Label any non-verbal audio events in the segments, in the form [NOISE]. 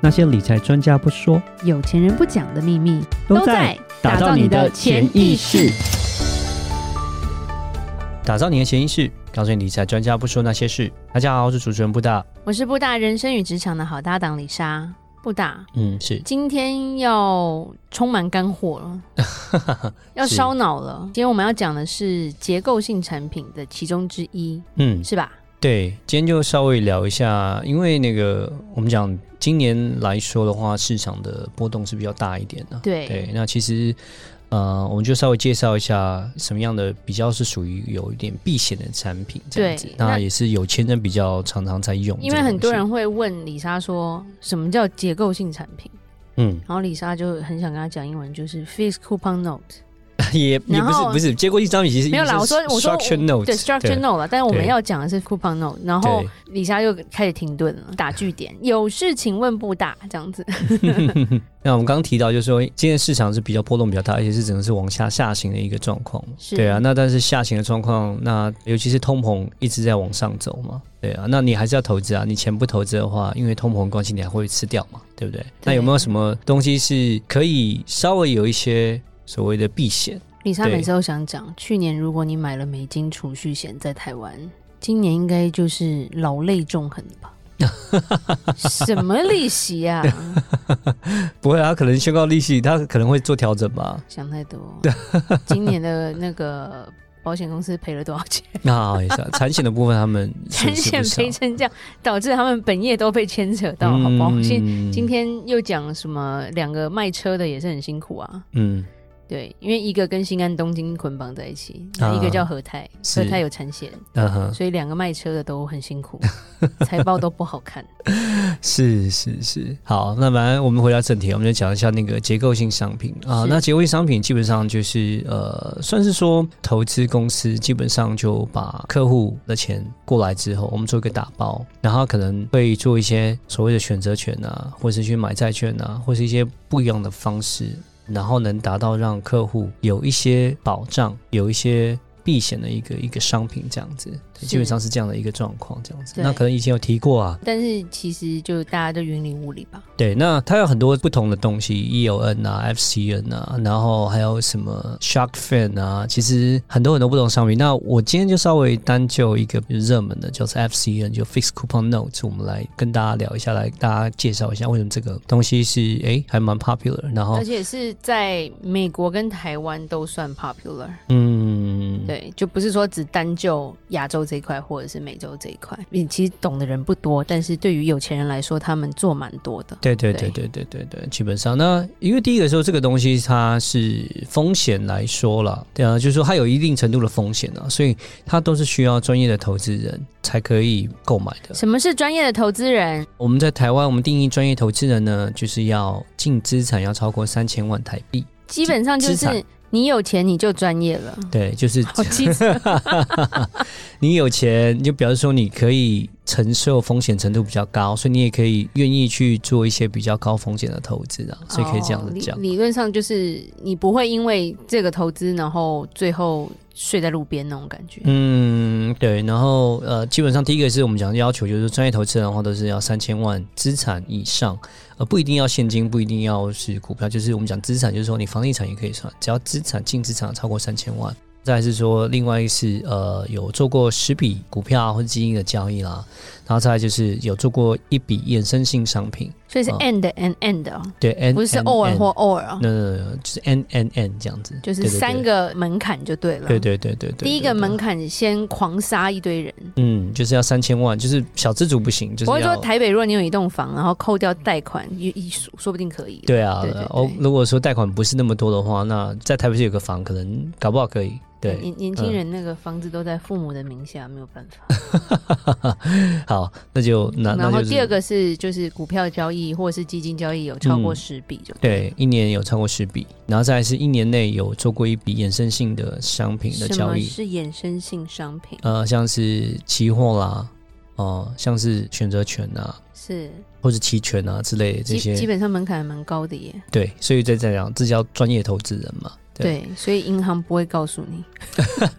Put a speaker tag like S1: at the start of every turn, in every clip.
S1: 那些理财专家不说，
S2: 有钱人不讲的秘密
S1: 打造你的潜意识。打造你的潜意识，告诉你理财专家不说那些事。大家好，我是主持人布大。
S2: 我是布大人生与职场的好搭档李莎。布大，
S1: 嗯，是
S2: 今天要充满干货了，
S1: [LAUGHS]
S2: 要烧脑了。今天我们要讲的是结构性产品的其中之一，
S1: 嗯，
S2: 是吧？
S1: 对，今天就稍微聊一下，因为那个我们讲今年来说的话，市场的波动是比较大一点的、
S2: 对
S1: 对，那其实呃，我们就稍微介绍一下什么样的比较是属于有一点避险的产品，这样子
S2: 对。那
S1: 那也是有钱人比较常常在用这
S2: 因
S1: 个东西，
S2: 为很多人会问李莎说，什么叫结构性产品？
S1: 嗯
S2: 然后李莎就很想跟他讲英文，就是 fixed coupon note。
S1: 也也不
S2: 然
S1: 是
S2: 后
S1: 不是，结果一张其实
S2: 没有啦，我说我说
S1: structure note
S2: 对 structure note 了，但是我们
S1: 对
S2: 要讲的是 coupon note。然后李莎又开始停顿了，打句点。有事请问布大这样子。
S1: 那我们刚刚提到，就是说今天市场是比较波动比较大，而且是整个是往下下行的一个状况。
S2: 是
S1: 对啊，那但是下行的状况，那尤其是通膨一直在往上走嘛，对啊，那你还是要投资啊，你钱不投资的话，因为通膨的关系你还会吃掉嘛，对不对？那有没有什么东西是可以稍微有一些所谓的避险？ [LAUGHS]
S2: 李莎
S1: 对
S2: 每次都想讲，去年如果你买了美金储蓄险在台湾，今年应该就是劳累纵横
S1: [LAUGHS]
S2: 吧？什么利息啊？
S1: 不会啊，可能宣告利息，它可能会做调整吧。
S2: 想太多。今年的那个保险公司赔了多少钱？
S1: 那也 [LAUGHS] 是啊、产险的部分，他们
S2: 产
S1: 损失
S2: 险
S1: 不啊少
S2: 赔成这样，导致他们本业都被牵扯到，好不好？今
S1: 嗯
S2: 今天又讲什么两个卖车的也是很辛苦啊。
S1: 嗯，
S2: 对，因为一个跟新安、东京捆绑在一起，
S1: 啊
S2: 一个叫和泰，
S1: 是
S2: 和泰有产险，
S1: 嗯哼。
S2: 所以两个卖车的都很辛苦， [LAUGHS] 财报都不好看。
S1: [LAUGHS] 是是是，好，那反正我们回到正题，我们就讲一下那个结构性商品啊。
S2: 是
S1: 那结构性商品基本上就是呃，算是说投资公司基本上就把客户的钱过来之后，我们做一个打包，然后可能会做一些所谓的选择权啊，或是去买债券啊，或是一些不一样的方式，然后能达到让客户有一些保障，有一些。避险的一个一个商品这样子，对
S2: 是
S1: 基本上是这样的一个状况，这样子。
S2: 对
S1: 那可能以前有提过啊，
S2: 但是其实就大家都云里雾里吧。
S1: 对，那它有很多不同的东西，EON 啊、FCN 啊，然后还有什么 Shark Fin 啊，其实很多很多不同的商品。那我今天就稍微单就一个热门的，就是 FCN，就 Fixed Coupon Notes，我们来跟大家聊一下，来大家介绍一下为什么这个东西是诶还蛮 popular，然后
S2: 而且是在美国跟台湾都算 popular，、
S1: 嗯，
S2: 对，就不是说只单就亚洲这一块或者是美洲这一块，你其实懂的人不多，但是对于有钱人来说，他们做蛮多的。
S1: 对对对对对对对，基本上那因为第一个说这个东西它是风险来说了，对啊，就是说它有一定程度的风险啊，所以它都是需要专业的投资人才可以购买的。
S2: 什么是专业的投资人？
S1: 我们在台湾，我们定义专业投资人呢，就是要净资产要超过三千万台币，
S2: 基本上就
S1: 资产
S2: 是你有钱你就专业
S1: [LAUGHS]
S2: 了。哦
S1: 对，就是
S2: 嗯好啊机智，
S1: [LAUGHS] 你有钱，你就表示说你可以承受风险程度比较高，所以你也可以愿意去做一些比较高风险的投资啊， [LAUGHS] 所以可以这样
S2: 哦
S1: 子
S2: 理
S1: 讲。
S2: 理论上就是你不会因为这个投资，然后最后睡在路边那种感觉。
S1: 嗯，对，然后呃，基本上第一个是我们讲的要求，就是专业投资人的话都是要三千万资产以上，呃，不一定要现金，不一定要是股票，就是我们讲资产，就是说你房地产也可以算，只要资产净资产超过三千万。再来是说，另外一个是呃有做过十笔股票啊或者基金的交易啦，然后再来就是有做过一笔衍生性商品，
S2: 所以是
S1: 哦
S2: and and and 哦，
S1: 对，N
S2: 不是 or 或 or 哦，
S1: 那就是 N N N 这样子，
S2: 就是
S1: 对对对
S2: 三个门槛就对了。
S1: 对对对对对，
S2: 第一个
S1: 对对
S2: 门槛先狂杀一堆人。
S1: 嗯，就是要三千万，就是小资主不行，就是
S2: 我会说，
S1: 要
S2: 台北如果你有一栋房，然后扣掉贷款，一一说说不定可以。
S1: 对啊
S2: 对对对，
S1: 哦，如果说贷款不是那么多的话，那在台北市有个房，可能搞不好可以。对，
S2: 年年轻人那个房子都在父母的名下，没有办法。
S1: [LAUGHS] 好，那就嗯那那
S2: 嗯然后
S1: 就是
S2: 第二个是就是股票交易或者是基金交易有超过十笔就
S1: 嗯对，一年有超过十笔，然后再来是一年内有做过一笔衍生性的商品的
S2: 什
S1: 交
S2: 么
S1: 易，
S2: 是衍生性商品？
S1: 呃，像是期货啦，哦、像是选择权啊，
S2: 是
S1: 或是期权啊之类的这
S2: 基基
S1: 些，
S2: 本上门槛还蛮高的耶。
S1: 对，所以再再讲，这叫专业投资人嘛。对，
S2: 对，所以银行不会告诉你。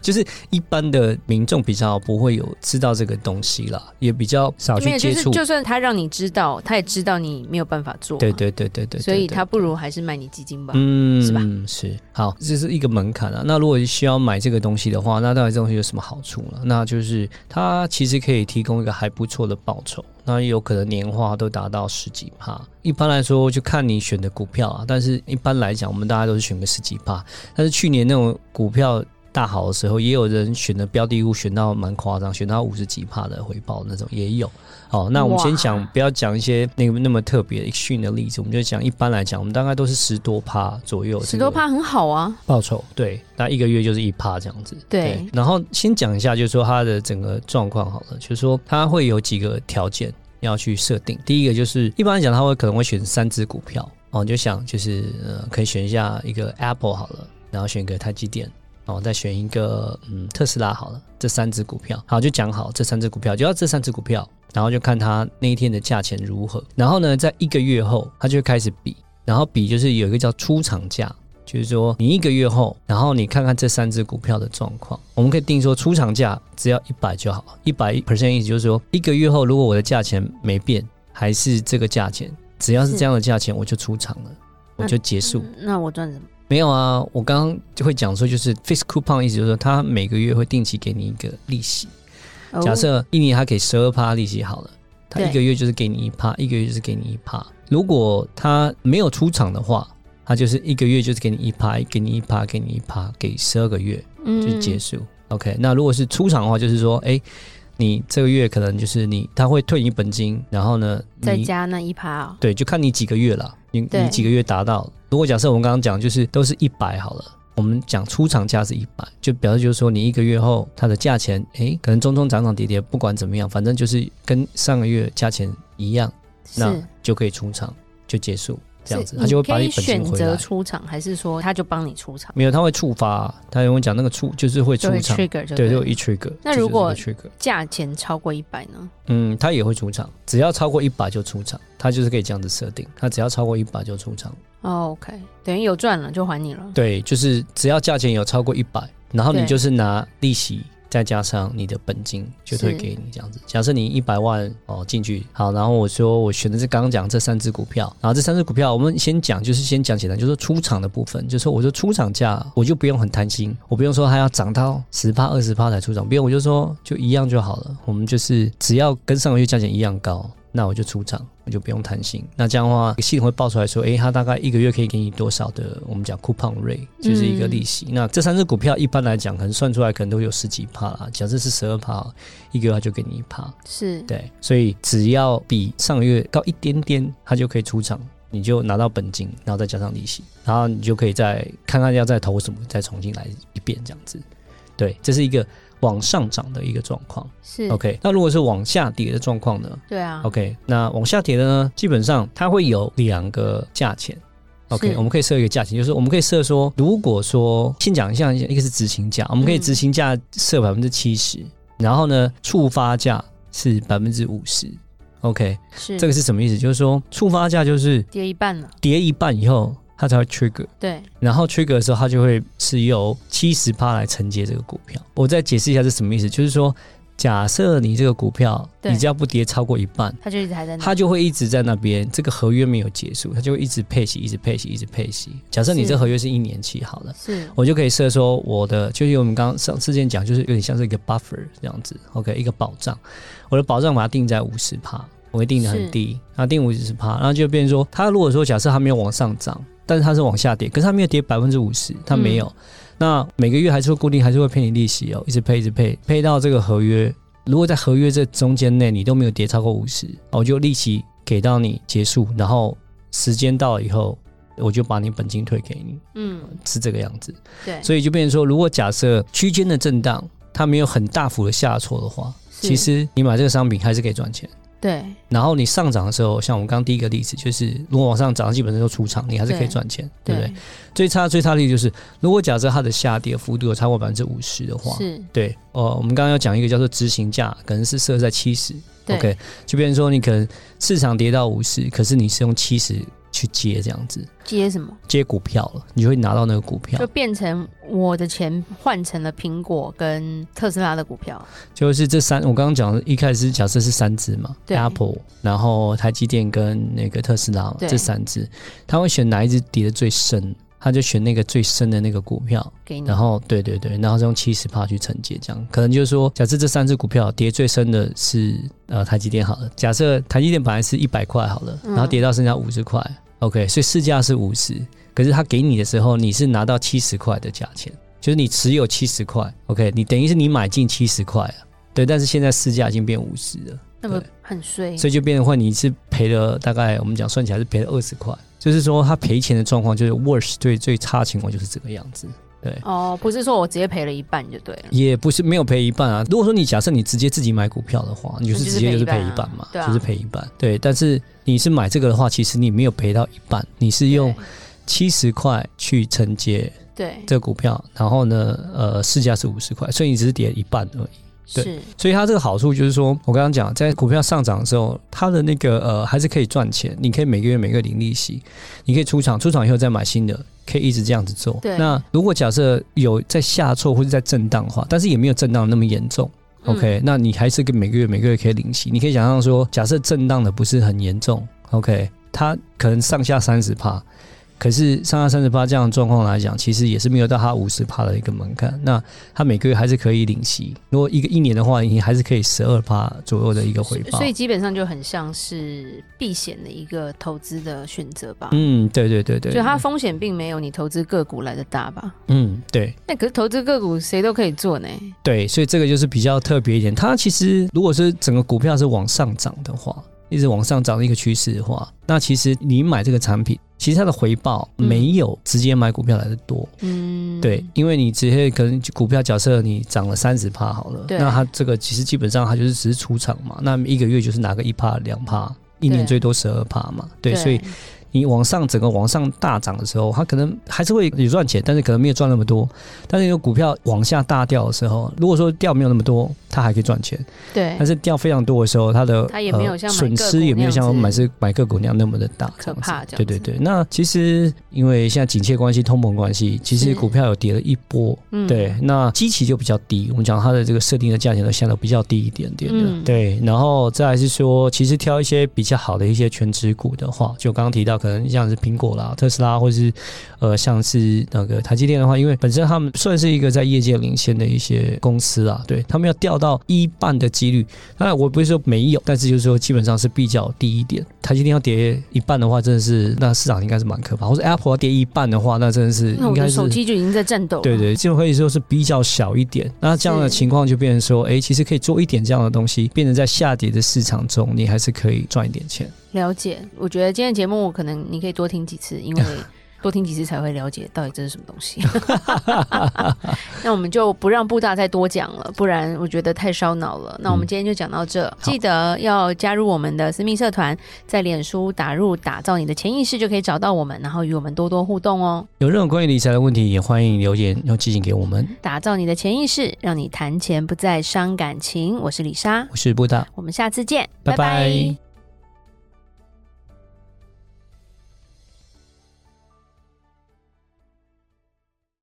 S1: 就是一般的民众比较不会有知道这个东西啦，也比较少
S2: 没
S1: 去
S2: 有，
S1: 接
S2: 就是
S1: 触。
S2: 就算他让你知道，他也知道你没有办法做嘛。
S1: 对对对对对对，
S2: 所以
S1: 对
S2: 他不如还是卖你基金吧。
S1: 嗯，
S2: 是吧？
S1: 是，好，这是一个门槛啊。那如果需要买这个东西的话，那到底这东西有什么好处呢？那就是它其实可以提供一个还不错的报酬，那有可能年化都达到十几趴。一般来说，就看你选的股票啊，但是一般来讲，我们大家都是选个十几趴。但是去年那种股票。大好的时候，也有人选的标的物选到蛮夸张，选到五十几帕的回报那种也有。好，那我们先
S2: 哇
S1: 讲嗯不要讲一些那个那么特别 extreme 的例子，我们就讲一般来讲，我们大概都是十多趴左右，
S2: 十多趴很好啊，
S1: 报酬，对，那一个月就是一趴这样子。
S2: 对
S1: 然后先讲一下，就是说它的整个状况好了，就是说它会有几个条件要去设定。第一个就是一般来讲，它会可能会选三只股票哦，你就想就是呃，可以选一下一个 Apple 好了，然后选一个台积电。然后再选一个嗯特斯拉好了，这三只股票，好就讲好这三只股票，就要这三只股票，然后就看它那一天的价钱如何。然后呢，在一个月后，它就会开始比，然后比就是有一个叫出厂价，就是说你一个月后，然后你看看这三只股票的状况，我们可以定说出厂价只要一百就好，一百 percent 意思就是说一个月后如果我的价钱没变，还是这个价钱，只要是
S2: 是
S1: 这样的价钱我就出场了，我就结束。
S2: 嗯那我赚什么？
S1: 没有啊，我刚刚就会讲说，就是 fixed coupon 意思就是说，它每个月会定期给你一个利息。
S2: 哦
S1: 假设一年它给十二趴利息好了，它
S2: 对
S1: 一个月就是给你一趴，一个月就是给你一趴。如果它没有出场的话，它就是一个月就是给你一趴，给你一趴，给你一趴，给十二个月就
S2: 嗯
S1: 结束。OK，那如果是出场的话，就是说，哎，你这个月可能就是你，他会退你本金，然后呢，
S2: 再
S1: 你
S2: 加那一趴哦，
S1: 对，就看你几个月了，你
S2: 对
S1: 你几个月达到。如果假设我们刚刚讲就是都是一百好了，我们讲出厂价是一百，就表示就是说你一个月后它的价钱，诶，可能中中涨涨跌跌，不管怎么样，反正就是跟上个月价钱一样，那
S2: 是
S1: 就可以出厂就结束，这样子
S2: 是
S1: 他就会把
S2: 你
S1: 你
S2: 可
S1: 本
S2: 以
S1: 金
S2: 选
S1: 回
S2: 择
S1: 来。
S2: 出场，还是说他就帮你出场，
S1: 没有，他会触发，他跟我讲那个触就是会
S2: 就
S1: 出
S2: 会
S1: 场，
S2: trigger 就
S1: 对，
S2: 了
S1: 就一 trigger。
S2: 那如果
S1: trigger，
S2: 价钱超过一百呢？
S1: 嗯，他也会出场，只要超过一百就出场，他就是可以这样子设定，他只要超过一百就出场。
S2: 哦，OK，等于有赚了就还你了。
S1: 对，就是只要价钱有超过一百，然后你
S2: 对
S1: 就是拿利息再加上你的本金就退
S2: 是
S1: 给你这样子。假设你一百万哦进去，好，然后我说我选的是刚刚讲这三只股票，然后这三只股票我们先讲，就是先讲简单，就是出场的部分，就是我说出场价我就不用很贪心，我不用说它要涨到十趴二十趴才出场，不用，我就说就一样就好了，我们就是只要跟上个月价钱一样高。那我就出场，我就不用贪心。那这样的话，系统会报出来说，诶，它大概一个月可以给你多少的，我们讲 coupon rate，就是一个利息。那这三只股票一般来讲，可能算出来可能都有十几趴啦。假设是十二趴，一个月它就给你一趴。
S2: 是，
S1: 对，所以只要比上个月高一点点，它就可以出场，你就拿到本金，然后再加上利息，然后你就可以再看看要再投什么，再重新来一遍这样子。对，这是一个往上涨的一个状况。
S2: 是
S1: OK，那如哦果是往下跌的状况呢？
S2: 对啊
S1: OK，那往下跌的呢，基本上它会有两个价钱。OK，哦
S2: 是
S1: 我们可以设一个价钱，就是我们可以设说，如果说先讲一下，一个是执行价，我们可以
S2: 嗯
S1: 执行价设百分之七十，然后呢，触发价是百分之五十。OK，
S2: 是
S1: 这个是什么意思？就是说触发价就是
S2: 跌一半了，
S1: 跌一半以后，它才会 trigger。
S2: 对，
S1: 然后 trigger 的时候，它就会是由七十趴来承接这个股票。我再解释一下是什么意思，就是说，假设你这个股票，
S2: 对
S1: 你只要不跌超过一半，
S2: 他就一直还在那。
S1: 它就会一直在那边，这个合约没有结束，它就会一直配息，一直配息，一直配息。假设你
S2: 是
S1: 这合约是一年期好了，
S2: 是
S1: 我就可以设说我的，就是我们刚刚上之前讲，就是有点像是一个 buffer 这样子，OK，一个保障。我的保障把它定在五十趴，我会定的很
S2: 是
S1: 低，然后定五十趴，然后就变成说，它如果说假设它没有往上涨，但是它是往下跌，可是它没有跌百分之五十，它没有。那每个月还是会固定，还是会配你利息哦，一直配，一直配，配到这个合约。如果在合约这中间内你都没有跌超过五十，我就利息给到你结束，然后时间到了以后，我就把你本金退给你，
S2: 嗯，
S1: 是这个样子。
S2: 对，
S1: 所以就变成说，如果假设区间的震荡它没有很大幅的下挫的话，
S2: 是
S1: 其实你买这个商品还是可以赚钱。
S2: 对，
S1: 然后你上涨的时候，像我们刚刚第一个例子，就是如果往上涨，基本上就出场，你还是可以
S2: 对
S1: 赚钱，对不
S2: 对
S1: 对？，最差最差的例子就是，如果假设它的下跌幅度有超过百分之五十的话，
S2: 是，
S1: 对，呃，我们刚刚要讲一个叫做执行价，可能是设在七十
S2: 对
S1: ，OK，就变成说你可能市场跌到五十，可是你是用七十去接这样子，
S2: 接什么？
S1: 接股票了，你就会拿到那个股票
S2: 就，变成我的钱换成了苹果跟特斯拉的股票，
S1: 就是这三，我刚刚讲的一开始是假设是三只嘛
S2: 对
S1: ，Apple，然后台积电跟那个特斯拉嘛
S2: 对
S1: 这三只，他会选哪一只跌的最深，他就选那个最深的那个股票，
S2: 给你
S1: 然，后对对对，然后是用七十帕去承接，这样可能就是说，假设这三只股票跌最深的是呃台积电好了，假设台积电本来是一百块好了，
S2: 嗯
S1: 然后跌到剩下五十块，OK，所以市价是五十，可是他给你的时候你是拿到七十块的价钱，就是你持有七十块，OK，你等于是你买进七十块了，对，但是现在市价已经变五十了。
S2: 那么
S1: 对
S2: 很衰，
S1: 所以就变成换你是赔了大概我们讲算起来是赔了二十块，就是说他赔钱的状况就是 worst 最最差情况就是这个样子，对。
S2: 哦，不是说我直接赔了一半就对了，
S1: 也不是没有赔一半啊。如果说你假设你直接自己买股票的话，你就是直接就是赔一半嘛，
S2: 就
S1: 就是
S2: 是赔一半啊
S1: 赔一半。对，但是你是买这个的话，其实你没有赔到一半，你是用七十块去承接
S2: 对，
S1: 这个股票，然后呢，呃，市价是五十块，所以你只是跌一半而已。
S2: 对
S1: 对
S2: 是，
S1: 所以它这个好处就是说，我刚刚讲，在股票上涨的时候，它的那个呃还是可以赚钱，你可以每个月每个月领利息，你可以出场，出场以后再买新的，可以一直这样子做。
S2: 对
S1: 那如果假设有在下挫或者在震荡的话，但是也没有震荡那么严重。
S2: 嗯
S1: OK，、那你还是跟每个月每个月可以领息，你可以想象说，假设震荡的不是很严重，OK，它可能上下三十趴，可是上下三十趴这样的状况来讲，其实也是没有到它五十趴的一个门槛，那它每个月还是可以领息。如果一个一年的话，你还是可以十二趴左右的一个回报
S2: 所。以基本上就很像是避险的一个投资的选择吧。
S1: 嗯，对对对对，
S2: 就它风险并没有你投资个股来的大吧？
S1: 嗯对。
S2: 那可是投资个股谁都可以做呢？
S1: 对，所以这个就是比较特别一点。它其实如果是整个股票是往上涨的话，一直往上涨的一个趋势的话，那其实你买这个产品，其实它的回报
S2: 嗯
S1: 没有直接买股票来的多。
S2: 嗯，
S1: 对，因为你直接可能股票假设你涨了三十趴好了，
S2: 对
S1: 那它这个其实基本上它就是只是出场嘛，那一个月就是拿个一趴两趴。一年
S2: 对
S1: 最多十二趴嘛，对，所以你往上整个往上大涨的时候，它可能还是会有赚钱，但是可能没有赚那么多。但是有股票往下大掉的时候，如果说掉没有那么多，它还可以赚钱；
S2: 对
S1: 但是掉非常多的时候，它的呃
S2: 它也没有像买
S1: 损
S2: 个股
S1: 失也没有
S2: 那
S1: 像
S2: 样子
S1: 买是买个股那样那么的大，
S2: 可怕
S1: 这样子。对
S2: 这样
S1: 对
S2: 子
S1: 对，那其实因为现在紧切关系、通膨关系，其实
S2: 是
S1: 股票有跌了一波，
S2: 嗯
S1: 对，那基期就比较低，我们讲它的这个设定的价钱都相对比较低一点点的，
S2: 嗯
S1: 对。然后再来是说，其实挑一些比较好的一些全职股的话，就刚刚提到，可能像是苹果啦、特斯拉，或是呃像是那个台积电的话，因为本身他们算是一个在业界领先的一些公司啦，对他们要掉到一半的几率，当然我不是说没有，但是就是说基本上是比较低一点。台积电要跌一半的话，真的是那市场应该是蛮可怕，或者 Apple 要跌一半的话，那真的是
S2: 那
S1: 应
S2: 我
S1: 该
S2: 的
S1: 是
S2: 手机就已经在战斗了。
S1: 对对，这种可以说是比较小一点。那这样的
S2: 是
S1: 情况就变成说，哎，其实可以做一点这样的东西，变成在下跌的市场中，你还是可以赚一点钱。
S2: 了解。我觉得今天的节目我可能你可以多听几
S1: [LAUGHS]
S2: 次，因为多听几次才会了解到底这是什么东西。 [LAUGHS] 那我们就不让布大再多讲了，不然我觉得太烧脑了。那我们今天就讲到这，记得要加入我们的私密社团，在脸书打入“打造你的潜意识”就可以找到我们，然后与我们多多互动哦。
S1: 有任何关于理财的问题，也欢迎留言用寄信给我们。
S2: 打造你的潜意识，让你谈钱不再伤感情。我是李莎，
S1: 我是布达，
S2: 我们下次见，
S1: 拜拜